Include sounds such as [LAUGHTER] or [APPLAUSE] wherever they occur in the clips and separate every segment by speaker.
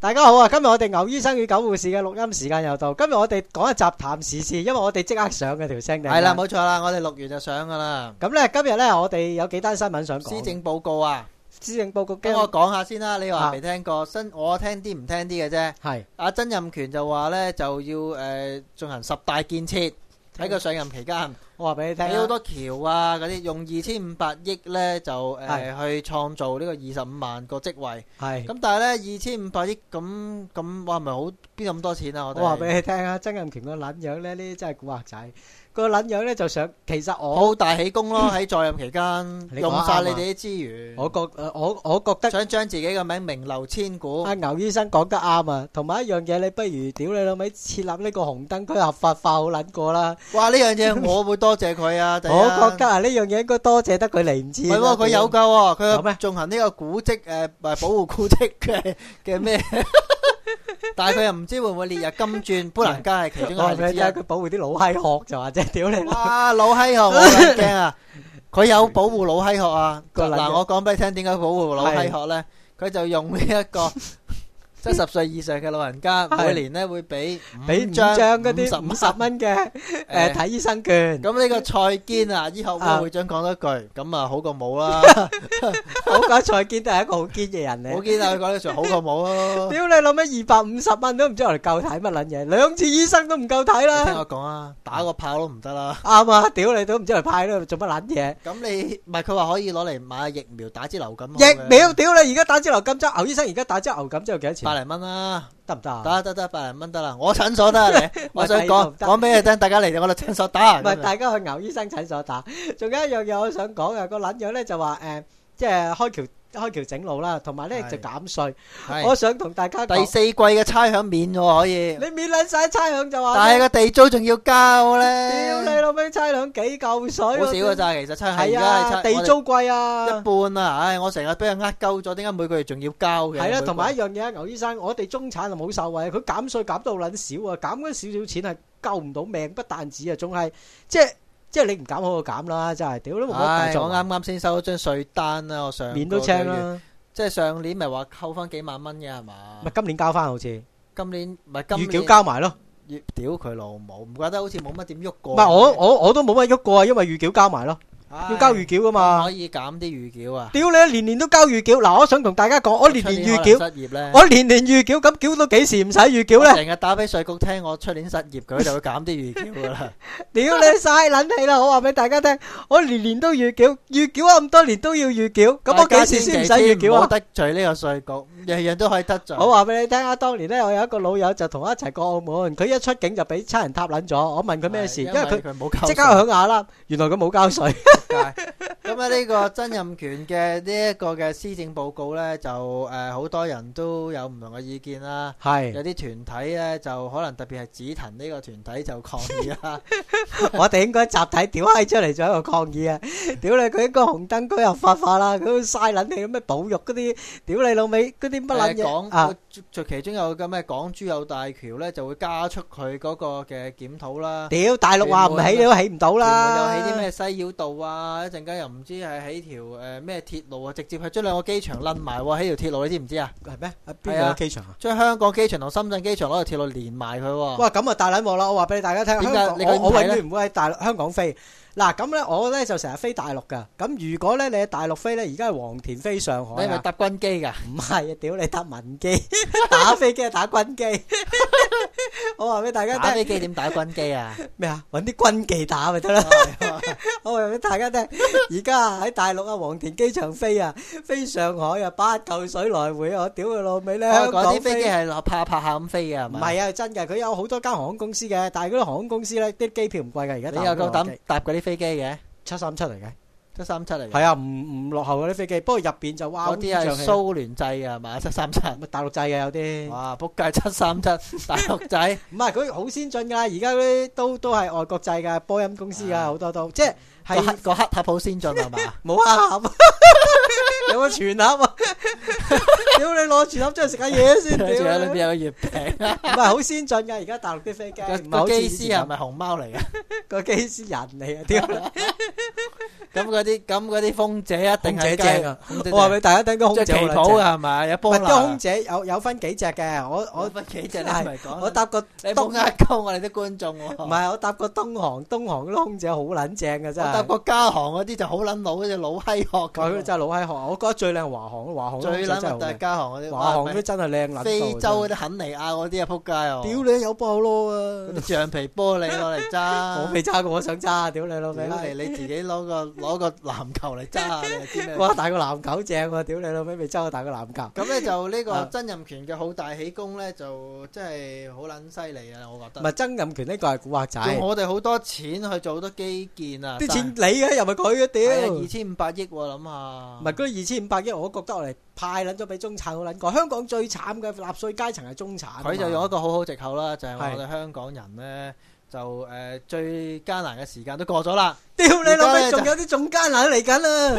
Speaker 1: 大家好啊！今日我哋牛醫生與狗護士嘅錄音時間又到，今日我哋講一集談時事，因為我哋即刻上嘅條聲定。
Speaker 2: 系啦，冇錯啦，我哋錄完就上噶啦。
Speaker 1: 咁咧，今日咧我哋有幾單新聞想講。
Speaker 2: 施政報告啊，
Speaker 1: 施政報告
Speaker 2: 跟我講下先啦。你
Speaker 1: 啊
Speaker 2: 話未聽過，新我聽啲唔聽啲嘅啫。
Speaker 1: 係
Speaker 2: 阿曾蔭權就話咧，就要诶进行十大建設。喺佢上任期間，
Speaker 1: 我話俾你聽
Speaker 2: 睇
Speaker 1: 嗯啊
Speaker 2: 好多橋啊嗰啲，用二千五百億咧就诶去創造呢個二十五萬個職位。
Speaker 1: 係
Speaker 2: 咁但係咧二千五百億咁咁，哇，咪好邊有咁多錢啊？我
Speaker 1: 我話
Speaker 2: 哋
Speaker 1: 俾你聽啊，曾蔭權個撚樣咧，呢啲真係古惑仔。個撚樣咧就想，其實我
Speaker 2: 好大喜功
Speaker 1: [COUGHS]
Speaker 2: 咯，喺在任期間
Speaker 1: 你講
Speaker 2: 用
Speaker 1: 啱啊
Speaker 2: 晒你哋啲資源。
Speaker 1: 我覺我我覺得。
Speaker 2: 想將自己嘅名名流千古
Speaker 1: 阿。牛醫生講得啱啊，同埋一樣嘢，你不如屌你老味設立呢個紅燈區合法化好撚過啦。
Speaker 2: 哇！呢樣嘢我會多謝佢啊。
Speaker 1: 我
Speaker 2: 第一
Speaker 1: 覺得啊，呢樣嘢應該多謝得佢嚟唔切
Speaker 2: 唔
Speaker 1: 啦。
Speaker 2: 係喎，佢
Speaker 1: 屌
Speaker 2: 有㗎喎，佢
Speaker 1: 有咩
Speaker 2: 有進行呢個古蹟誒，唔係保護古蹟嘅嘅咩？ [LAUGHS] 但係佢又唔知會唔會列入金鑽砵蘭街係其中
Speaker 1: 我話
Speaker 2: 一
Speaker 1: 俾
Speaker 2: 個
Speaker 1: 你聽，
Speaker 2: 之
Speaker 1: 佢保護啲老閪殼就話啫，屌你
Speaker 2: 一。
Speaker 1: 老！
Speaker 2: 哇！老閪殼我好
Speaker 1: [LAUGHS]
Speaker 2: 驚啊！佢有保護老閪殼啊！
Speaker 1: 個撚
Speaker 2: 嗱，
Speaker 1: 樣
Speaker 2: 我講俾你聽點解保護老閪殼咧？佢就用呢一個七十歲以上嘅老人家，
Speaker 1: 係
Speaker 2: 每年咧會俾
Speaker 1: 俾
Speaker 2: 五
Speaker 1: 五張嗰
Speaker 2: 50
Speaker 1: 啲
Speaker 2: 蚊
Speaker 1: 五十蚊嘅誒
Speaker 2: 誒
Speaker 1: 睇醫生券，
Speaker 2: 咁呢個蔡堅啊，醫學
Speaker 1: 啊
Speaker 2: 會會長講多句，咁啊好過冇
Speaker 1: [LAUGHS]
Speaker 2: 啦。
Speaker 1: 我覺得蔡堅都係一個好堅嘅人
Speaker 2: 好
Speaker 1: 嚟。
Speaker 2: 堅啊，佢講呢句好過冇咯。
Speaker 1: 屌你老味，二百五十蚊都唔知我哋夠睇乜撚嘢，兩次醫生都唔夠睇
Speaker 2: 你
Speaker 1: 啦。
Speaker 2: 聽我講啊，打個炮都唔得啦。
Speaker 1: 啱啊！屌你都唔知佢派到做乜撚嘢。
Speaker 2: 咁你唔係佢話可以攞嚟買疫苗打支流感好嘅
Speaker 1: 疫苗屌你，而家打支流感針，牛醫生而家打支牛感針有幾多錢
Speaker 2: 百？零蚊啦，
Speaker 1: 得唔得啊？
Speaker 2: 得得得百零蚊得啦。我診所
Speaker 1: [LAUGHS]
Speaker 2: 得啊你，我想講
Speaker 1: 第二度唔得
Speaker 2: 講俾你聽，大家嚟我哋診所打。
Speaker 1: 唔係，大家去牛醫生診所打。仲有一樣嘢我想講嘅，個撚樣咧就話誒、即係開橋開橋整路啦，同埋咧
Speaker 2: 係
Speaker 1: 就減税。我
Speaker 2: 係
Speaker 1: 想同大家
Speaker 2: 第
Speaker 1: 講，
Speaker 2: 四季嘅差餉免咗可以，
Speaker 1: 你免撚晒差餉就話，
Speaker 2: 但係個地租仲要交
Speaker 1: 屌
Speaker 2: 咧
Speaker 1: 你，老味差餉幾嚿水
Speaker 2: 好
Speaker 1: 喎？
Speaker 2: 少㗎咋。其實差餉
Speaker 1: 係
Speaker 2: 而家係
Speaker 1: 啊，
Speaker 2: 差
Speaker 1: 地
Speaker 2: 我哋
Speaker 1: 租貴啊。
Speaker 2: 一半啊！唉，我成日俾佢呃鳩咗，點解每個月仲要交嘅？
Speaker 1: 係
Speaker 2: 每
Speaker 1: 啦，
Speaker 2: 個
Speaker 1: 同埋一樣嘢，牛醫生，我哋中產就冇受惠，佢減税減到撚少啊，減嗰少少錢係救唔到命，不但止啊，仲係即係即係你唔減好過減啦，真係屌都冇乜大
Speaker 2: 唉，
Speaker 1: 作
Speaker 2: 我
Speaker 1: 啊，
Speaker 2: 啱啱先收咗張税單啦，我上
Speaker 1: 面都
Speaker 2: 個
Speaker 1: 青
Speaker 2: 月，
Speaker 1: 啦，
Speaker 2: 即係上年咪話扣翻幾萬蚊嘅係嘛
Speaker 1: 咪？今年交翻好似
Speaker 2: 今年咪今
Speaker 1: 預繳
Speaker 2: 年
Speaker 1: 交埋咯。
Speaker 2: 月屌佢老母，唔怪得好似冇乜點喐過。
Speaker 1: 唔係我我我都冇乜喐過啊，因為預繳交埋咯，
Speaker 2: 唉
Speaker 1: 要交預繳噶
Speaker 2: 可唔
Speaker 1: 嘛
Speaker 2: 可。以減啲預繳啊！
Speaker 1: 屌你，年年都交預繳。嗱，我想同大家講，我年年預繳，
Speaker 2: 我出年可能失業咧，
Speaker 1: 我年年預繳，咁繳到幾時唔使預繳
Speaker 2: 我
Speaker 1: 咧？
Speaker 2: 成日打俾税局聽，我出年失業，佢就會減啲預繳噶啦。
Speaker 1: 屌
Speaker 2: [LAUGHS]
Speaker 1: 你嘥撚氣啦！我話俾大家聽，我年年都預繳，預繳啊咗咁多年都要預繳，咁我幾時先唔使預繳
Speaker 2: 唔好
Speaker 1: 啊？
Speaker 2: 得罪呢個税局，樣樣都可以得罪。
Speaker 1: 我話俾你聽啊，當年咧，我有一個老友就同我一齊過澳門，佢一出境就俾差人塔撚咗。我問佢咩事，因為佢
Speaker 2: 佢冇交
Speaker 1: 即刻
Speaker 2: 税
Speaker 1: 響下啦，原來佢冇交
Speaker 2: [LAUGHS]
Speaker 1: 税。
Speaker 2: 咁啊，呢個曾蔭權嘅呢一個嘅施政報告呢，就誒好、多人都有唔同嘅意見啦。
Speaker 1: 係
Speaker 2: 有啲團體呢，就可能特別係紫藤呢個團體就抗議啦。
Speaker 1: 我哋應該集體屌閪出嚟做一個抗議啊！屌你，佢應該紅燈區合法化啦，佢嘥撚氣咁咩保育嗰啲，屌你老味嗰 [LAUGHS] 啲乜撚
Speaker 2: 誒
Speaker 1: 嘢
Speaker 2: 港
Speaker 1: 啊！
Speaker 2: 就其中有咁嘅港珠澳大橋呢，就會加速佢嗰個嘅檢討 [LAUGHS] 啦。
Speaker 1: 屌大陸話唔起你都起唔到啦！
Speaker 2: 有起啲咩西繞道啊，一陣間又唔知係起條誒咩、鐵路啊，直接係將兩個機場攆埋喎，起條鐵路你知唔知啊？
Speaker 1: 係咩？啊
Speaker 2: 係
Speaker 1: 邊
Speaker 2: 啊
Speaker 1: 個機場啊？
Speaker 2: 將香港機場同深圳機場攞條鐵路連埋佢喎。
Speaker 1: 哇！咁啊大撚鑊啦！我話俾你大家聽，香
Speaker 2: 點解
Speaker 1: 港
Speaker 2: 你
Speaker 1: 我
Speaker 2: 咁
Speaker 1: 我
Speaker 2: 睇
Speaker 1: 永
Speaker 2: 呢
Speaker 1: 遠唔會喺大陸香港飛。嗱咁咧，我咧就成日飛大陸㗎。咁如果咧你喺大陸飛咧，而家係黃田飛上
Speaker 2: 你
Speaker 1: 海
Speaker 2: 係咪
Speaker 1: 啊？
Speaker 2: 搭軍機㗎？
Speaker 1: 唔係啊！屌你搭民機，打飛機係打軍 [LAUGHS] 機。我話俾大家
Speaker 2: 打
Speaker 1: 聽
Speaker 2: 飛機點打軍機啊？
Speaker 1: 咩啊？揾啲軍技打咪得啦。我話俾大家聽，而家喺大陸啊，黃田機場飛啊，飛上海啊，八嚿水來回啊，我屌佢老味咧，香
Speaker 2: 嗰
Speaker 1: 港
Speaker 2: 啲飛機
Speaker 1: 飛。
Speaker 2: 係拍拍下咁飛嘅係
Speaker 1: 唔
Speaker 2: 咪？
Speaker 1: 係啊，真嘅，佢有好多間航空公司嘅，但係嗰啲航空公司咧，啲機票唔貴嘅，而家
Speaker 2: 你又夠膽啊搭嗰啲飛機嘅？
Speaker 1: 七三七嚟嘅，
Speaker 2: 七三七嚟嘅，
Speaker 1: 係啊，唔唔落後嗰啲飛機，不過入邊就哇
Speaker 2: 嗰啲
Speaker 1: 烏煙瘴
Speaker 2: 係
Speaker 1: 氣
Speaker 2: 蘇聯製嘅係嘛？七三七，
Speaker 1: 咪大陸製嘅有啲，
Speaker 2: 哇！仆街七三七，大陸仔
Speaker 1: 唔係佢好先進㗎，而家嗰啲都都係外國製嘅，波音公司㗎，
Speaker 2: 啊
Speaker 1: 好多都即係
Speaker 2: 個黑
Speaker 1: 係
Speaker 2: 個黑塔好先進
Speaker 1: [LAUGHS]
Speaker 2: 係嘛？
Speaker 1: 冇黑盒，有個全盒啊！ [LAUGHS] 屌你攞全盒出去食下嘢
Speaker 2: [LAUGHS]
Speaker 1: 先，
Speaker 2: 跟住喺
Speaker 1: 屌
Speaker 2: 裏邊啊
Speaker 1: 你！
Speaker 2: 有個月餅，
Speaker 1: 唔係好先進㗎，而家大陸啲飛機，唔係
Speaker 2: 個
Speaker 1: 好
Speaker 2: 機
Speaker 1: 似以
Speaker 2: 師係
Speaker 1: 前咁
Speaker 2: 咪熊貓嚟嘅？ [LAUGHS]
Speaker 1: 個機師人嚟啊！屌你！
Speaker 2: 咁嗰啲咁嗰啲空姐一定
Speaker 1: 空姐正
Speaker 2: 係雞
Speaker 1: 啊！
Speaker 2: 空姐
Speaker 1: 我話俾大家聽，個空
Speaker 2: 着
Speaker 1: 姐
Speaker 2: 旗
Speaker 1: 好
Speaker 2: 袍
Speaker 1: 撚正
Speaker 2: 嘅係咪？有
Speaker 1: 唔
Speaker 2: 波
Speaker 1: 係個
Speaker 2: 蘭
Speaker 1: 空。姐有有分幾隻嘅，我
Speaker 2: 我
Speaker 1: 我
Speaker 2: 分幾隻你
Speaker 1: 係
Speaker 2: 咪講，
Speaker 1: 我搭過
Speaker 2: 你
Speaker 1: 東
Speaker 2: 冇呃鳩我哋啲觀眾喎。
Speaker 1: 唔係我搭過東航，東航嗰啲空姐好撚正嘅
Speaker 2: 我
Speaker 1: 真
Speaker 2: 搭
Speaker 1: 係，
Speaker 2: 過家航嗰啲就好撚老嗰只老閪
Speaker 1: 佢
Speaker 2: 殼咁啊，
Speaker 1: 真係老閪行，我覺得最靚華航，華航嗰啲空
Speaker 2: 最
Speaker 1: 姐真係
Speaker 2: 撚
Speaker 1: 好
Speaker 2: 核突係
Speaker 1: 靚，
Speaker 2: 家航嗰啲。
Speaker 1: 華航
Speaker 2: 哇
Speaker 1: 嗰啲真係靚撚到
Speaker 2: 非洲嗰
Speaker 1: 真係
Speaker 2: 啲肯尼亞嗰啲啊，撲街啊！
Speaker 1: 屌你有爆咯
Speaker 2: 嗰
Speaker 1: 啊！
Speaker 2: 啲橡皮玻璃攞
Speaker 1: [LAUGHS]
Speaker 2: 嚟
Speaker 1: 我
Speaker 2: 揸，
Speaker 1: 未揸過，我想揸，屌你老味啦
Speaker 2: 屌！你你自己
Speaker 1: [LAUGHS]
Speaker 2: 攞個攞個籃球嚟揸下，你就知咩？
Speaker 1: 哇，大個藍狗正喎，屌你老味未揸過大個藍狗。
Speaker 2: 咁咧就呢個
Speaker 1: 啊
Speaker 2: 曾蔭權嘅好大喜功咧，就真係好撚犀利啊！我覺
Speaker 1: 唔係
Speaker 2: 得
Speaker 1: 曾蔭權呢個係古惑仔，
Speaker 2: 用
Speaker 1: 啲
Speaker 2: 我哋好多錢去做好多基建啊，
Speaker 1: 錢你嘅又唔係佢嘅屌。
Speaker 2: 二千五百億喎，諗下
Speaker 1: 唔係嗰二千五百億，我覺得我哋派撚咗俾中產好撚過。香港最慘嘅納税階層係中產啊嘛。
Speaker 2: 佢就用一個好好藉口啦，就係話
Speaker 1: 係
Speaker 2: 我哋香港人咧就誒、呃最艱難嘅時間都過咗啦。
Speaker 1: 屌你老
Speaker 2: 而家咧
Speaker 1: 味，
Speaker 2: 就
Speaker 1: 仲有啲仲艱難嚟緊
Speaker 2: [LAUGHS]
Speaker 1: 啊！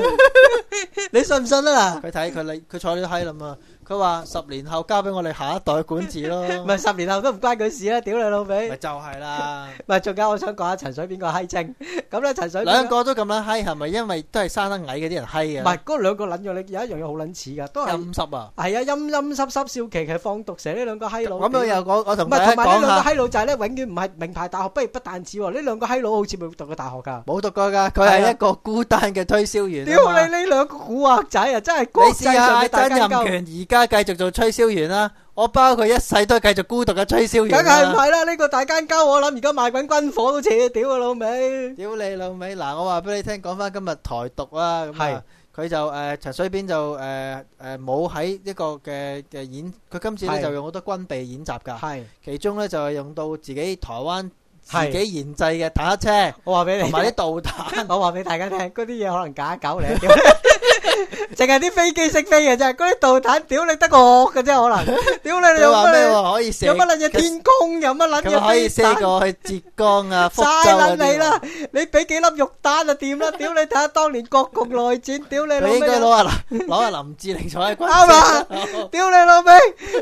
Speaker 1: 你信唔信啊？
Speaker 2: 佢睇佢理佢坐呢閪諗啊，佢話十年後交俾我哋下一代管治咯，
Speaker 1: [LAUGHS] 唔係十年後都唔關佢事啦，屌你老味！
Speaker 2: 咪就係啦。
Speaker 1: 唔係仲有，我想講下陳水扁個閪精。咁咧，陳水扁
Speaker 2: 兩個都咁撚閪，係咪因為都係生得矮嘅啲人閪
Speaker 1: 唔
Speaker 2: 啊？
Speaker 1: 係嗰兩個撚樣，你有一樣嘢好撚似噶，都係
Speaker 2: 陰濕啊！
Speaker 1: 係啊陰陰濕濕笑騎騎放毒蛇呢兩個閪佬。
Speaker 2: 咁我又我我
Speaker 1: 唔
Speaker 2: 同大
Speaker 1: 係同埋呢
Speaker 2: 家講
Speaker 1: 兩個
Speaker 2: 下，
Speaker 1: 閪佬就係咧，永遠唔係名牌大學，不如不但止喎，呢兩個閪佬好似冇讀過大學㗎。
Speaker 2: 冇讀過㗎，佢
Speaker 1: 係啊
Speaker 2: 係一個孤單嘅推銷員啊
Speaker 1: 屌
Speaker 2: 嘛
Speaker 1: 你呢兩個古惑仔啊，真係
Speaker 2: 你
Speaker 1: 國
Speaker 2: 試
Speaker 1: 際
Speaker 2: 下
Speaker 1: 上
Speaker 2: 嗌
Speaker 1: 嘅大
Speaker 2: 曾
Speaker 1: 奸鳩，
Speaker 2: 蔭權而家繼續做推銷員啦，我包佢一世都係繼續孤獨嘅推銷員
Speaker 1: 梗係唔
Speaker 2: 啦。
Speaker 1: 係啦？呢個大奸鳩，我諗而家賣緊軍火都似，屌啊老味！
Speaker 2: 屌你老味！嗱，我話俾你聽，講翻今日台獨啦，咁
Speaker 1: 係
Speaker 2: 啊，佢就誒陳水扁就誒誒冇喺呢個嘅嘅演，佢今次咧
Speaker 1: 係
Speaker 2: 就用好多軍備演習㗎，
Speaker 1: 係，
Speaker 2: 其中咧就係用到自己台灣自
Speaker 1: 係
Speaker 2: 己研製嘅坦
Speaker 1: [LAUGHS]
Speaker 2: 克車。
Speaker 1: 我話俾
Speaker 2: 同
Speaker 1: 你 [LAUGHS]
Speaker 2: 埋啲
Speaker 1: 聽，
Speaker 2: 導彈，
Speaker 1: 我話俾大家聽，嗰啲嘢可能假狗 [LAUGHS] 嚟，屌淨係啲飛機識飛嘅啫，嗰啲導彈屌你得個殼嘅啫，可能，屌你你有
Speaker 2: 佢話咩
Speaker 1: 乜
Speaker 2: 喎？可以射，
Speaker 1: 有乜撚嘢天宮，有乜撚
Speaker 2: 佢
Speaker 1: 嘢
Speaker 2: 話可以
Speaker 1: 飛
Speaker 2: 射
Speaker 1: 彈，
Speaker 2: 過去浙江
Speaker 1: [LAUGHS]
Speaker 2: 啊、福州
Speaker 1: 嘥
Speaker 2: 嗰
Speaker 1: 撚你
Speaker 2: 啲
Speaker 1: 啦
Speaker 2: 喎。！
Speaker 1: 你俾幾粒肉彈就掂啦，屌你睇下當年國共內戰，屌你老
Speaker 2: 佢應該
Speaker 1: 味
Speaker 2: 攞！阿攞阿林志玲坐喺軍
Speaker 1: 啱啊
Speaker 2: 車。
Speaker 1: 屌你老味！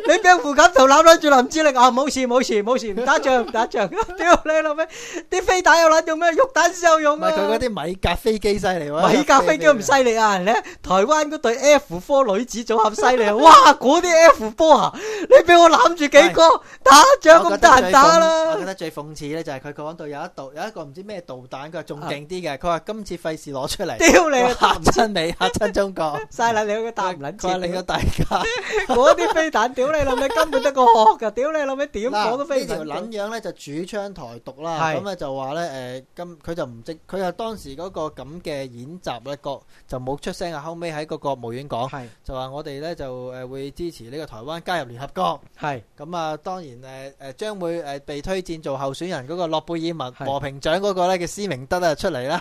Speaker 1: 你俾副冚頭攬攬住林志玲啊！冇事冇事冇事，唔打仗唔打 [LAUGHS] 仗！屌你老味！啲飛彈有撚用咩？肉彈先有
Speaker 2: 唔
Speaker 1: 用啊！
Speaker 2: 係佢嗰啲米格飛機犀利喎，
Speaker 1: 米格飛機咁犀利啊！你睇台灣嗰隊 F 科女子組合犀利啊！哇，嗰啲 F 波啊！你俾我攬住幾個打仗咁
Speaker 2: 我
Speaker 1: 得
Speaker 2: 覺得
Speaker 1: 閒
Speaker 2: 最
Speaker 1: 打
Speaker 2: 諷我覺
Speaker 1: 啦！
Speaker 2: 得最諷刺咧就係佢講到有一度有一個唔知咩導彈，佢話仲勁
Speaker 1: [LAUGHS]
Speaker 2: 啲嘅，佢話今次費事攞出嚟
Speaker 1: 屌你啊！
Speaker 2: 嚇親美嚇親中國，
Speaker 1: [LAUGHS] 嘥啦！你嗰個打唔撚
Speaker 2: 佢話令到
Speaker 1: 切，
Speaker 2: 大家
Speaker 1: 嗰啲飛彈屌你老味根本得個殼㗎！屌你老味點
Speaker 2: 嗱
Speaker 1: 講都飛
Speaker 2: 呢
Speaker 1: 唔
Speaker 2: 條
Speaker 1: 撚
Speaker 2: 撚
Speaker 1: 到。
Speaker 2: 樣咧就主張台獨啦，
Speaker 1: 係
Speaker 2: 咁啊就話咧誒，今佢就唔即，佢就當時嗰個咁嘅演習咧，國就冇出聲啊。後尾喺個國務院講，
Speaker 1: 係
Speaker 2: 就話我哋咧就誒會支持呢個台灣加入聯合國。
Speaker 1: 係
Speaker 2: 咁啊，當然誒誒將會誒被推薦做候選人嗰個諾貝爾文
Speaker 1: 係
Speaker 2: 和平獎嗰個咧嘅施明德啊出
Speaker 1: [LAUGHS]
Speaker 2: 嚟啦，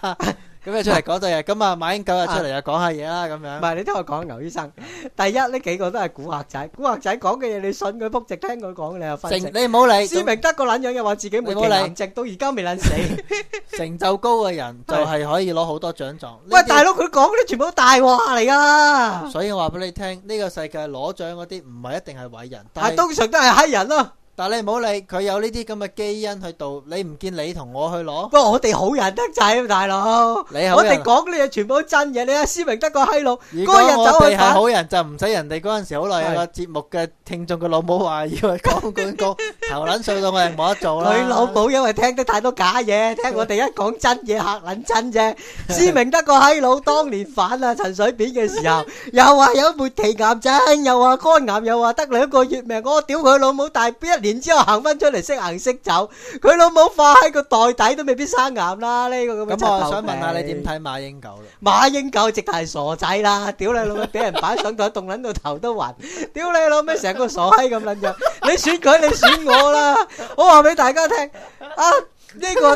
Speaker 2: 咁啊出嚟講對嘢，咁啊馬英九啊出嚟又講下嘢啦咁
Speaker 1: 唔
Speaker 2: 樣。
Speaker 1: 係你聽我講，牛醫生。第一呢幾個都係古惑仔，古惑仔講嘅嘢你信佢仆直，聽佢講你又分
Speaker 2: 成
Speaker 1: 析。
Speaker 2: 你唔好理，
Speaker 1: 思明德個撚樣又話自己冇
Speaker 2: 你冇理
Speaker 1: 癌症，到而家未撚死。
Speaker 2: 成就高嘅人就係可以攞好多獎狀。
Speaker 1: 喂，
Speaker 2: 呢啲
Speaker 1: 大佬，佢講嗰啲全部都大話嚟噶，
Speaker 2: 所以我話俾你聽，呢、個世界攞獎嗰啲唔係一定係偉人，但
Speaker 1: 但係
Speaker 2: 係
Speaker 1: 通常都係黑人咯。
Speaker 2: 但係你唔好理佢有呢啲咁嘅基因去導，你唔見你同我去攞，
Speaker 1: 不過我哋好人得滯啊，大佬。
Speaker 2: 你好
Speaker 1: 我哋
Speaker 2: 人。啊
Speaker 1: 講嘅嘢全部都真嘢，你阿思明德個閪佬，
Speaker 2: 如
Speaker 1: 嗰
Speaker 2: 果
Speaker 1: 個人
Speaker 2: 我
Speaker 1: 走
Speaker 2: 哋
Speaker 1: 去
Speaker 2: 係
Speaker 1: 反
Speaker 2: 好人，就唔使人哋嗰陣時好耐有個節目嘅聽眾嘅老母話要去講廣
Speaker 1: [LAUGHS]
Speaker 2: 告，頭撚碎到我哋冇得做啦。
Speaker 1: 佢老母，因為聽得太多假嘢，聽我哋一講真嘢嚇撚真
Speaker 2: [LAUGHS]
Speaker 1: 啫。思明德個閪佬當年反啊陳水扁嘅時候，又話有末期癌症，又話肝癌，又話得兩個月命，我屌佢老母！但係一年之後行翻出嚟識行識走，佢老母化喺個袋底都未必生癌啦。呢個咁嘅
Speaker 2: 咁我
Speaker 1: 柒頭
Speaker 2: 想問下你
Speaker 1: 皮
Speaker 2: 點睇馬英九啦？
Speaker 1: 馬英九直頭係傻仔啦！屌你老味，俾人擺上台凍撚到頭都暈！屌你老味，成個傻閪咁撚樣！你選佢，你選我啦！我話俾大家聽，啊呢、個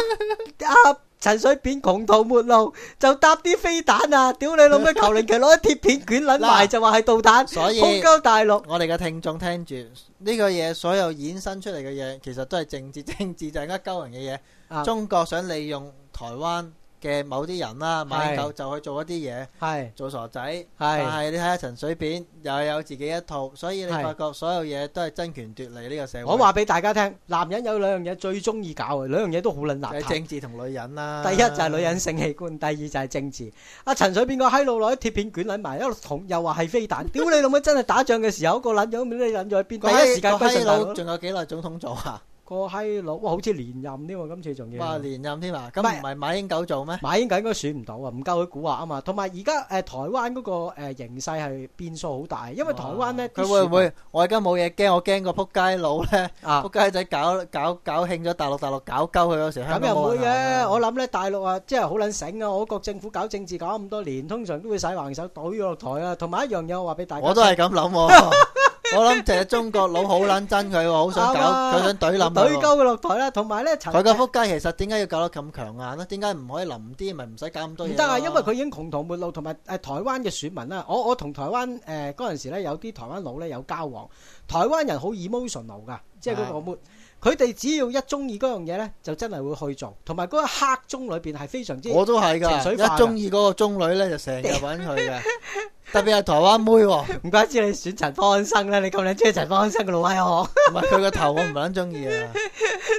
Speaker 1: 啊陳水扁窮途末路，就搭啲飛彈啊！屌你老味，求令其攞啲鐵片捲撚埋，
Speaker 2: 嗱
Speaker 1: 就話係導彈，
Speaker 2: 所以
Speaker 1: 空鳩大陸。
Speaker 2: 我哋嘅聽眾聽住呢個嘢，所有衍生出嚟 [LAUGHS] 嘅嘢，其實都係政治，政治就係呃鳩人嘅嘢。
Speaker 1: 啊
Speaker 2: 中國想利用台灣嘅某啲人啦，馬英
Speaker 1: 係
Speaker 2: 九就去做一啲嘢，
Speaker 1: 係
Speaker 2: 做傻仔。但
Speaker 1: 係
Speaker 2: 係你睇下陳水扁又有自己一套，所以你
Speaker 1: 係
Speaker 2: 發覺所有嘢都係爭權奪利呢個社會。
Speaker 1: 我話俾大家聽，男人有兩樣嘢最中意搞嘅，兩樣嘢都好撚
Speaker 2: 就
Speaker 1: 邋
Speaker 2: 係
Speaker 1: 遢。
Speaker 2: 政治同女人啦。
Speaker 1: 第一就係女人性器官，第二就係政治。阿陳水扁個閪佬攞啲鐵片捲撚埋，一路捅又話係飛彈。屌你老母！真係打仗嘅時候，個撚樣你撚咗喺邊？第
Speaker 2: 個閪
Speaker 1: 一時間
Speaker 2: 個
Speaker 1: 歸
Speaker 2: 閪
Speaker 1: 順大
Speaker 2: 佬
Speaker 1: 佬。
Speaker 2: 仲有幾耐總統做啊？
Speaker 1: 個閪佬，哇！好似連任添喎，今次仲要。
Speaker 2: 哇，連任添啊！咁
Speaker 1: 唔係
Speaker 2: 唔係馬英九做咩？
Speaker 1: 馬英九應該選唔到啊，唔夠佢估啊嘛。同埋而家誒台灣嗰個誒形勢係變數好大，因為台灣咧
Speaker 2: 佢會唔會？我而家冇嘢驚，我驚個撲街佬咧，
Speaker 1: 啊
Speaker 2: 撲街仔搞搞搞興咗大陸，大陸搞鳩佢嗰時，
Speaker 1: 咁
Speaker 2: 香港
Speaker 1: 又唔
Speaker 2: 冇
Speaker 1: 會
Speaker 2: 人行
Speaker 1: 嘅，
Speaker 2: 啊
Speaker 1: 我諗咧大陸啊，即係好撚醒啊！我國政府搞政治搞咁多年，通常都會洗橫手懟咗落台啊。同埋一樣嘢，我話俾大家，
Speaker 2: 我都係咁
Speaker 1: [LAUGHS]
Speaker 2: 諗喎。我諗就係中國佬好撚憎佢喎，好想搞
Speaker 1: 啱啊
Speaker 2: 佢想懟冧
Speaker 1: 懟鳩
Speaker 2: 佢喎。
Speaker 1: 佢落台啦。同埋咧，陳
Speaker 2: 佢個撲街其實點解要搞得咁強硬咧？點解唔可以淋啲咪唔使搞咁多嘢
Speaker 1: 唔
Speaker 2: 咯？
Speaker 1: 得啊，因為佢已經窮途末路，同埋誒台灣嘅選民啦。我我同台灣誒嗰陣時咧，有啲台灣佬咧有交往，台灣人好 emotional 噶，即係嗰個 mood。佢哋只要一中意嗰樣嘢咧，就真係會去做，同埋嗰一刻鐘裏邊係非常之
Speaker 2: 我都係
Speaker 1: 情緒
Speaker 2: 㗎，
Speaker 1: 化㗎
Speaker 2: 一中意嗰個中女咧就成日揾佢 [LAUGHS] 嘅，特別係台灣妹喎。
Speaker 1: 唔怪之你選陳方安生啦，你咁撚中意陳方安生嘅老閪我。
Speaker 2: 唔係佢個頭，我唔撚中 [LAUGHS] 意啊！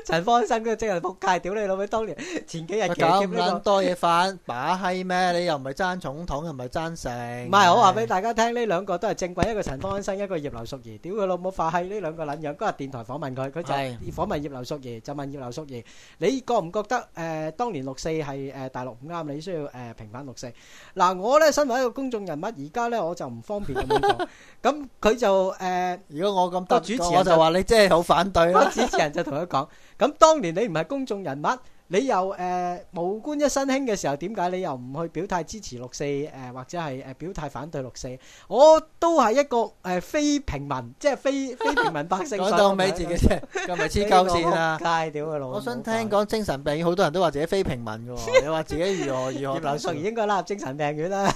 Speaker 1: 陳方生都真係仆街，屌你老味！當年前幾日
Speaker 2: 佢
Speaker 1: 騎
Speaker 2: 搞
Speaker 1: 劫
Speaker 2: 咁
Speaker 1: 呢個
Speaker 2: 撚，多嘢反把閪咩？你又唔係爭總統，又唔係爭成。
Speaker 1: 唔係我話俾大家聽，呢兩個都係正棍，一個陳方安生，一個葉劉淑儀。屌佢老母化閪，呢兩個撚樣。嗰日電台訪問佢，佢就
Speaker 2: 係
Speaker 1: 訪問葉劉淑儀，就問葉劉淑儀：你覺唔覺得誒當年六四係誒大陸唔啱，你需要誒平反六四？嗱，我咧身為一個公眾人物，而家咧我就唔方便咁樣 [LAUGHS] 講。咁佢就誒。
Speaker 2: 如果我咁
Speaker 1: 個
Speaker 2: 得
Speaker 1: 主持
Speaker 2: 個
Speaker 1: 人
Speaker 2: 我就
Speaker 1: 就
Speaker 2: 話你真係好
Speaker 1: [LAUGHS]
Speaker 2: 反對
Speaker 1: 個
Speaker 2: [LAUGHS] 啦。
Speaker 1: 主持人就同佢講：，咁當年你唔係公眾人物，你又誒、呃、無官一身輕嘅時候，點解你又唔去表態支持六四誒、呃或者係誒表態反對六四？我都係一個誒、呃非平民，即係非
Speaker 2: [LAUGHS]
Speaker 1: 非平民百姓。
Speaker 2: 講到尾自己啫，咁咪黐鳩線啦！
Speaker 1: 街哎屌佢老母！哎
Speaker 2: 我想聽講精神病，好多人都話自己非平民嘅 [LAUGHS] 喎，你話自己如何如 [LAUGHS]
Speaker 1: 葉
Speaker 2: 何？
Speaker 1: 劉淑儀
Speaker 2: 呢
Speaker 1: 應該拉入精神病院啦！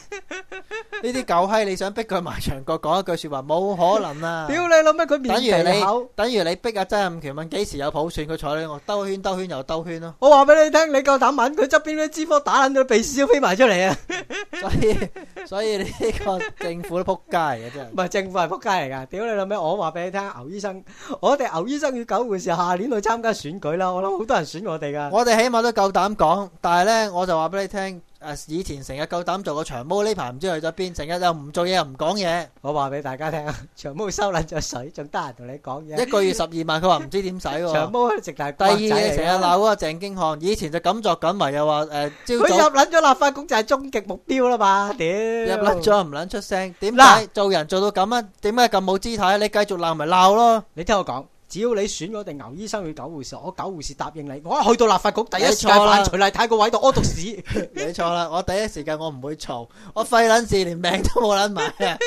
Speaker 2: 啲狗閪，你想逼佢埋牆角講一句説話，冇可能啊！
Speaker 1: 屌你老咩！佢面
Speaker 2: 等於你
Speaker 1: 皮厚。
Speaker 2: 等於你逼阿曾蔭權問幾時有普選，佢睬你我兜圈兜圈又兜
Speaker 1: [LAUGHS]
Speaker 2: 圈咯。
Speaker 1: 我話俾你聽，你夠膽揾佢側邊嗰啲脂肪打撚到鼻屎都飛埋出嚟啊！
Speaker 2: 所以所以你呢個政府都撲街嚟嘅真係
Speaker 1: 唔。係政府係撲街嚟㗎，屌你老味！我話俾你聽，牛醫生，我哋牛醫生與狗護士下年去參加選舉啦，我諗好多人選我哋㗎。
Speaker 2: 我哋起碼都夠膽講，但係呢，我就話俾你聽，誒以前成日夠膽做個長毛，呢排唔知去咗邊，成日又唔做嘢又唔講嘢，
Speaker 1: 我話俾大家聽，長毛收撚咗水，仲得閒同你講嘢。
Speaker 2: 一個月十二萬，佢話唔知點
Speaker 1: [LAUGHS]
Speaker 2: 使
Speaker 1: 長
Speaker 2: 喎。
Speaker 1: 毛直頭係
Speaker 2: 第
Speaker 1: 國仔
Speaker 2: 二，你
Speaker 1: 嚟㗎
Speaker 2: 成日鬧嗰個鄭經翰，以前就敢作敢為，又話誒朝
Speaker 1: 佢
Speaker 2: 早
Speaker 1: 入撚咗立法局就係終極目標啦嘛，屌
Speaker 2: 入甩咗又唔撚出聲，點解
Speaker 1: 嗱
Speaker 2: 做人做到咁啊？點解咁冇姿態？你繼續鬧咪鬧咯，
Speaker 1: 你聽我講，只要你選我哋牛醫生與狗護士，我狗護士答應你，我一去到立法局第一時間
Speaker 2: 你錯啦
Speaker 1: 反徐麗泰個位度屙篤屎。
Speaker 2: 你錯啦！我第一時間我唔會嘈，我費撚事連命都冇撚埋
Speaker 1: [LAUGHS]
Speaker 2: 啊！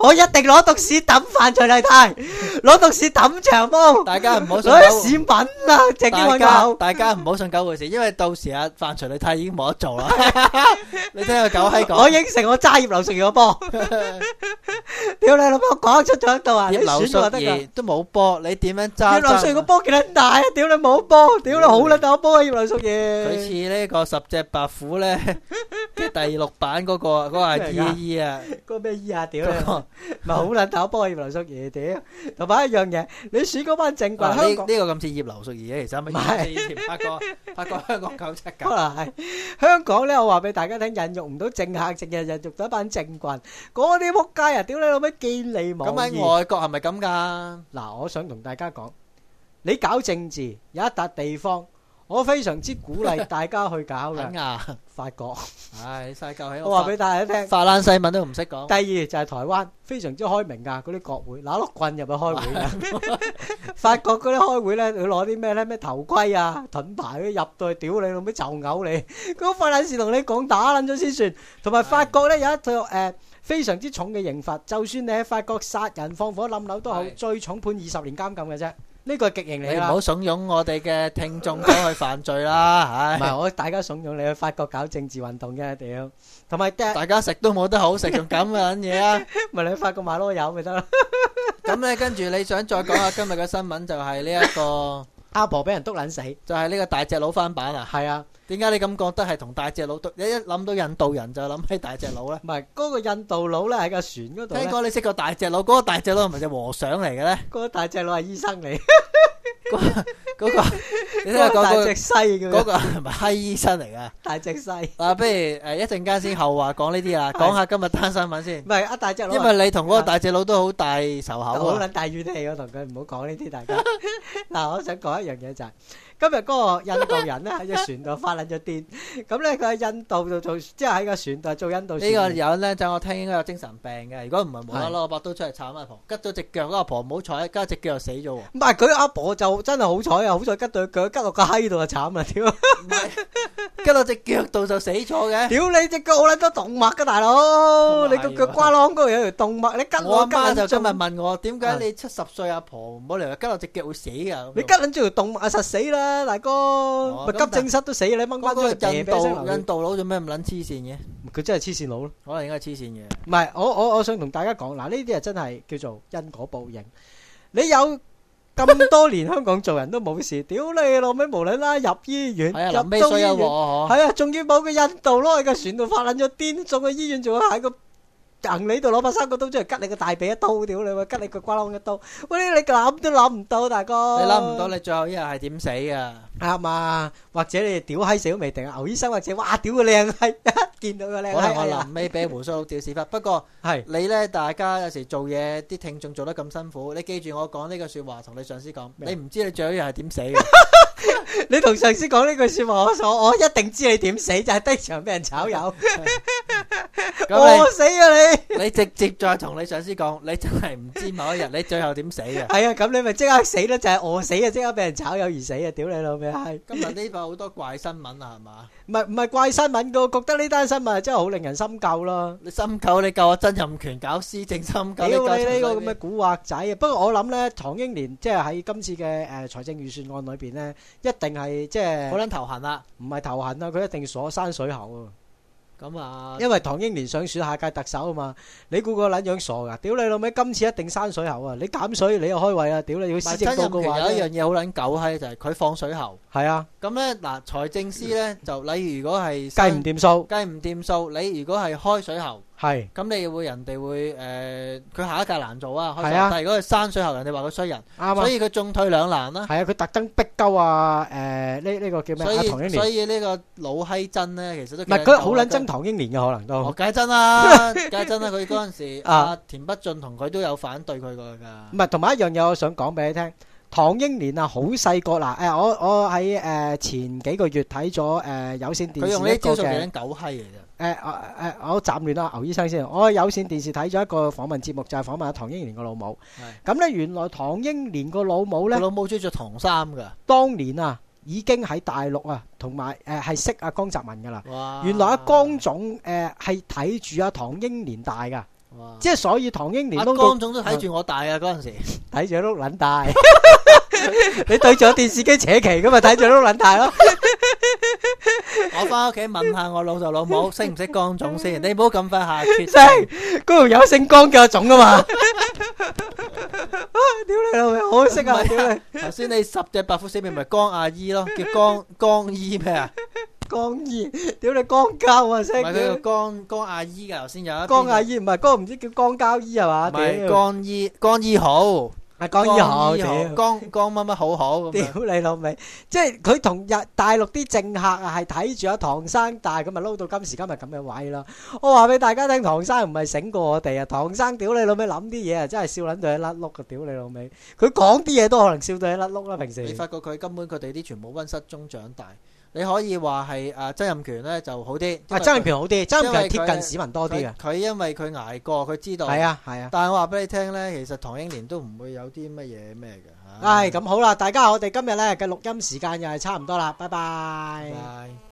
Speaker 1: 我一定攞篤屎抌飯徐麗泰，攞篤屎抌長毛，
Speaker 2: 大家唔好信
Speaker 1: 攞屎吻啊！鄭經
Speaker 2: 大
Speaker 1: 翰
Speaker 2: 家
Speaker 1: 狗。
Speaker 2: 大家唔好信狗護士，因為到時阿范徐麗泰已經冇得做
Speaker 1: [LAUGHS]
Speaker 2: 啦。你聽個狗閪
Speaker 1: 我
Speaker 2: [LAUGHS] 講，
Speaker 1: 應承我揸葉劉淑儀個波，屌你老母，我講出咗喺度啊！你
Speaker 2: 葉劉
Speaker 1: 選
Speaker 2: 淑
Speaker 1: 就得㗎。
Speaker 2: 儀都冇波，你點樣
Speaker 1: 葉
Speaker 2: 揸？
Speaker 1: 劉淑儀個波幾撚大啊！屌你冇波，屌你好撚大個波啊！葉劉淑
Speaker 2: 佢
Speaker 1: 儀，
Speaker 2: 似呢個十隻白
Speaker 1: [LAUGHS]
Speaker 2: 虎咧嘅第六版嗰個嗰個阿姨姨啊，
Speaker 1: 個咩醫啊？屌你，
Speaker 2: 嗰個
Speaker 1: 咪好撚大個波啊！葉劉淑儀，屌，同埋一樣嘢，你選嗰班政棍
Speaker 2: 嗱呢
Speaker 1: 香港。
Speaker 2: 呢個咁似葉劉淑儀嘅，其實咪
Speaker 1: 唔係
Speaker 2: 以前拍過拍過香港九七
Speaker 1: 可 [LAUGHS]
Speaker 2: 九。
Speaker 1: 能係香港咧，我話俾大家聽，孕育唔到政客，淨係孕育到一班政棍。嗰啲仆街啊，屌你老味，見利忘
Speaker 2: 咁喺
Speaker 1: 義。
Speaker 2: 外國係咪咁㗎？
Speaker 1: 嗱，我想同大家講，你搞政治有一笪地方，我非常之鼓勵大家去搞
Speaker 2: 肯
Speaker 1: 嘅，
Speaker 2: 牙，
Speaker 1: 法國。
Speaker 2: 唉，你曬夠起
Speaker 1: 我話俾大家聽，
Speaker 2: 啊法蘭西文都唔識講
Speaker 1: 第。二就係台灣非常之開明㗎，嗰啲國會拿碌棍入去開會㗎。
Speaker 2: [LAUGHS]
Speaker 1: 法國嗰啲開會咧，佢攞啲咩咧？咩頭盔啊、盾牌嗰啲入到去，屌你老味就嘔你！嗰法撚事同你講打撚咗先算。同埋法國咧有一套誒。非常之重嘅刑罰，就算你喺法國殺人放火冧樓都好，
Speaker 2: 係
Speaker 1: 最重判二十年監禁嘅啫。呢個係極刑
Speaker 2: 你
Speaker 1: 嚟
Speaker 2: 唔
Speaker 1: 啦。
Speaker 2: 好慫恿我哋嘅聽眾走去犯罪啦，
Speaker 1: 唔
Speaker 2: [LAUGHS] 唉
Speaker 1: 係，！我大家慫恿你去法國搞政治運動嘅，屌！同
Speaker 2: [LAUGHS]
Speaker 1: 埋嘅，
Speaker 2: 大家食都冇得好食，仲咁嘅撚嘢啊！
Speaker 1: [LAUGHS] 咪你去法國
Speaker 2: [LAUGHS]
Speaker 1: 買攞油咪得咯。
Speaker 2: 咁咧，跟住你想再講下今日嘅新聞就係呢一個 [LAUGHS]
Speaker 1: 阿婆俾人督撚死，係
Speaker 2: 就係呢個大隻佬翻版啊！
Speaker 1: 啊，
Speaker 2: 點解你咁覺得係同大隻佬？你一諗到印度人就諗起大隻佬咧？
Speaker 1: 唔係嗰個印度佬咧喺架船嗰度
Speaker 2: [LAUGHS] 聽
Speaker 1: 咧，
Speaker 2: 講你識個大隻佬，嗰、個大隻佬係咪隻和尚嚟嘅 [LAUGHS] 咧？
Speaker 1: 嗰個大隻佬係醫生嚟，
Speaker 2: 嗰、個 [LAUGHS] 你聽
Speaker 1: 嗰
Speaker 2: 下
Speaker 1: 個大隻
Speaker 2: 嗰
Speaker 1: 西
Speaker 2: 個嗰
Speaker 1: 嘅，
Speaker 2: 個係咪閪醫生嚟嘅？
Speaker 1: 大隻西，唔
Speaker 2: 嗱，不如誒一陣間先後話講呢啲啦，
Speaker 1: 係
Speaker 2: 講下今日單新聞先，
Speaker 1: 係阿大隻佬
Speaker 2: 因
Speaker 1: 係。
Speaker 2: 為你同嗰個大隻佬都好大仇口
Speaker 1: 好
Speaker 2: 啊。
Speaker 1: 撚大怨氣，我同佢唔好講呢啲，大家。 [LAUGHS] 嗱，我想講一樣嘢就係、今日嗰個印度人咧喺只船度發撚咗癲，咁咧佢喺印度度做，即係喺個船度做印度
Speaker 2: 呢個
Speaker 1: 船。
Speaker 2: 人咧就我聽應該有精神病嘅，如果唔係無啦啦把刀出嚟斬阿婆，拮咗只腳，嗰阿婆唔好彩，加只腳又死咗喎。
Speaker 1: 唔係佢阿婆就真係好彩啊！好彩吉到佢吉落個閪度就慘啦！屌，
Speaker 2: 唔係，拮落只腳度就死
Speaker 1: [LAUGHS]
Speaker 2: 咗嘅。
Speaker 1: 屌你只腳好撚多動脈噶大佬，你個腳瓜啷嗰度有條動脈，你吉
Speaker 2: 我阿
Speaker 1: 我吉
Speaker 2: 媽就
Speaker 1: 撚
Speaker 2: 今日
Speaker 1: 中，
Speaker 2: 問我點解你七十歲阿婆唔好嚟，拮落只腳會死啊㗎？
Speaker 1: 你吉撚住條動脈實死啦，大哥，咪急
Speaker 2: 咁但
Speaker 1: 症室都死啦，你掹
Speaker 2: 嗰
Speaker 1: 翻
Speaker 2: 個
Speaker 1: 咗條
Speaker 2: 印
Speaker 1: 啤聲
Speaker 2: 度
Speaker 1: 流
Speaker 2: 印度佬做咩咁撚黐線嘅？
Speaker 1: 血，佢真係黐線佬咯。
Speaker 2: 可能應該係黐線嘅。
Speaker 1: 唔係，我我我想同大家講嗱，呢啲啊真係叫做因果報應。你有咁多年香港做人都冇事，屌你老味，無論啦入醫院，
Speaker 2: 係啊，
Speaker 1: 入
Speaker 2: 臨尾
Speaker 1: 中醫
Speaker 2: 衰啊
Speaker 1: 院，
Speaker 2: 喎，
Speaker 1: 係啊，仲要某個印度佬喺個船度發撚咗癲，送去醫院仲要喺個行李度攞把三個刀出嚟，吉你個大髀一刀，屌你喂，吉你個瓜窿一刀，喂你諗都諗唔到，大哥，
Speaker 2: 你諗唔到你最後一日係點死㗎？
Speaker 1: 啱啊，或者你屌閪死都未定啊，牛醫生或者哇屌個靚 [LAUGHS] 閪，一見到個靚
Speaker 2: 可能我
Speaker 1: 閪啊，
Speaker 2: 臨尾俾胡鬚佬屌屎忽，不過
Speaker 1: 係
Speaker 2: 你咧，大家有時做嘢，啲聽眾做得咁辛苦，你記住我講呢句説話，同你上司講，
Speaker 1: 咩啊
Speaker 2: 你唔知你最後一日係點
Speaker 1: [LAUGHS]
Speaker 2: 死嘅，
Speaker 1: 你同上司講呢句説話，我所我一定知你點死，就係低場俾人炒魷，餓
Speaker 2: 咁
Speaker 1: 死啊你！
Speaker 2: 你你直接再同你上司講，你真係唔知某一日你最後點
Speaker 1: [LAUGHS]
Speaker 2: 死嘅。
Speaker 1: 係啊，咁你咪即刻死咯，就係餓死啊，即刻俾人炒魷而死啊！屌你老味係，
Speaker 2: 今日呢個好多怪新聞啊，係嘛？
Speaker 1: 唔係唔係怪新聞噶，我覺得呢單新聞真係好令人心疚咯。
Speaker 2: 你深究你夠我曾蔭權搞施政，深究
Speaker 1: 屌
Speaker 2: 你
Speaker 1: 你呢個
Speaker 2: 夠陳
Speaker 1: 咁
Speaker 2: 水
Speaker 1: 嘅古惑仔啊！不過我諗咧，唐英年即係喺今次嘅誒財政預算案裏邊咧，一定係即
Speaker 2: 扁好
Speaker 1: 係
Speaker 2: 撚頭痕啊啦。
Speaker 1: 唔係頭痕啦，佢一定鎖山水喉啊！
Speaker 2: 咁啊，
Speaker 1: 因為唐英年想選下屆特首啊嘛，你估個撚樣傻噶？屌你老味，今次一定山水喉啊！你減水你又開胃啊！屌你要施政
Speaker 2: 曾
Speaker 1: 報
Speaker 2: 蔭
Speaker 1: 告
Speaker 2: 權
Speaker 1: 話
Speaker 2: 有一
Speaker 1: 啫
Speaker 2: 樣嘢好撚狗閪，就係佢放水喉。
Speaker 1: 係啊，
Speaker 2: 咁咧嗱，財政司咧就例如如果係
Speaker 1: 計唔掂數
Speaker 2: 計唔掂數，你如果係開水喉。
Speaker 1: 係
Speaker 2: 咁你會人哋會誒，佢、下一屆難做啊，開
Speaker 1: 係
Speaker 2: 水
Speaker 1: 啊
Speaker 2: 但係如果佢山水喉，人哋話佢衰人，
Speaker 1: 啱
Speaker 2: 所
Speaker 1: 啊，
Speaker 2: 以佢進退兩難啦、
Speaker 1: 係啊，佢特登逼鳩啊誒呢呢個叫咩
Speaker 2: 所
Speaker 1: 啊？唐英年
Speaker 2: 以所以呢個老閪真咧，其實都
Speaker 1: 唔
Speaker 2: 唔
Speaker 1: 係佢好撚憎。唐英年嘅可能
Speaker 2: 我
Speaker 1: 都。
Speaker 2: 梗係
Speaker 1: [LAUGHS]
Speaker 2: 真啦，梗係真啦！佢嗰陣時，
Speaker 1: 啊
Speaker 2: 阿田北俊同佢都有反對佢過㗎
Speaker 1: 唔。係，同埋一樣嘢，我想講俾你聽。唐英年啊，好細個嗱，誒我我喺誒前幾個月睇咗誒有線電
Speaker 2: 佢用
Speaker 1: 視
Speaker 2: 呢
Speaker 1: 一個
Speaker 2: 招做幾
Speaker 1: 嘅
Speaker 2: 撚狗閪嚟啫。
Speaker 1: 誒誒誒，我斬亂啦，牛醫生先。我喺有線電視睇咗一個訪問節目，就係訪問阿唐英年個老母。咁咧，原來唐英年個老母
Speaker 2: 佢
Speaker 1: 咧，
Speaker 2: 老母中意著唐衫㗎。
Speaker 1: 當年啊已經喺大陸啊，同埋誒係識阿江澤民噶啦。
Speaker 2: 哇！
Speaker 1: 原來阿江總誒係睇住阿唐英年大噶，
Speaker 2: 哇，
Speaker 1: 即係所以唐英年
Speaker 2: 啊阿
Speaker 1: 撈到
Speaker 2: 江總都睇住我大啊！嗰陣時，
Speaker 1: 睇住碌撚大，你對住個電視機扯旗噶嘛，睇住碌撚大咯。
Speaker 2: 我翻屋企問下我老
Speaker 1: [LAUGHS]
Speaker 2: 豆老母識唔識江總先，你唔好咁快下決
Speaker 1: 真
Speaker 2: 定
Speaker 1: 係。嗰條友姓江嘅種啊嘛。屌你老味，好識啊！屌你
Speaker 2: 頭先你十隻白虎死面咪江阿姨咯，叫江江姨咩啊？
Speaker 1: 江燕，屌你江交啊！識
Speaker 2: 唔係佢叫江江阿姨噶，頭先有一邊
Speaker 1: 江阿姨唔係江唔知叫江交姨係嘛？
Speaker 2: 唔係
Speaker 1: 屌，
Speaker 2: 江姨江姨好，
Speaker 1: 係江姨好
Speaker 2: 江
Speaker 1: 屌。
Speaker 2: 江江乜乜好好咁
Speaker 1: 屌
Speaker 2: 樣。
Speaker 1: 你老味，即係佢同日大陸啲政客啊，係睇住阿唐生大，咁咪撈到今時今日咁嘅位咯。我話俾大家聽，唐生唔係醒過我哋啊，唐生屌你老味諗啲嘢啊，真係笑撚到一甩碌啊！屌你老味，佢講啲嘢都可能笑到一甩碌啦，平
Speaker 2: 你
Speaker 1: 時
Speaker 2: 發覺佢根本佢哋啲全部温室中長大，你可以話係啊曾蔭權咧就好啲。
Speaker 1: 啊，曾蔭權好啲，曾蔭
Speaker 2: 因為
Speaker 1: 權係
Speaker 2: 佢
Speaker 1: 貼近市民多啲嘅
Speaker 2: 佢，佢因為佢捱過，佢知道。
Speaker 1: 係。啊係啊。
Speaker 2: 但係我話俾你聽咧，其實唐英年都唔會有啲乜嘢咩嘅。
Speaker 1: 唉，咁好啦，大家我哋今日咧嘅錄音時間又係差唔多啦，拜拜
Speaker 2: 拜拜。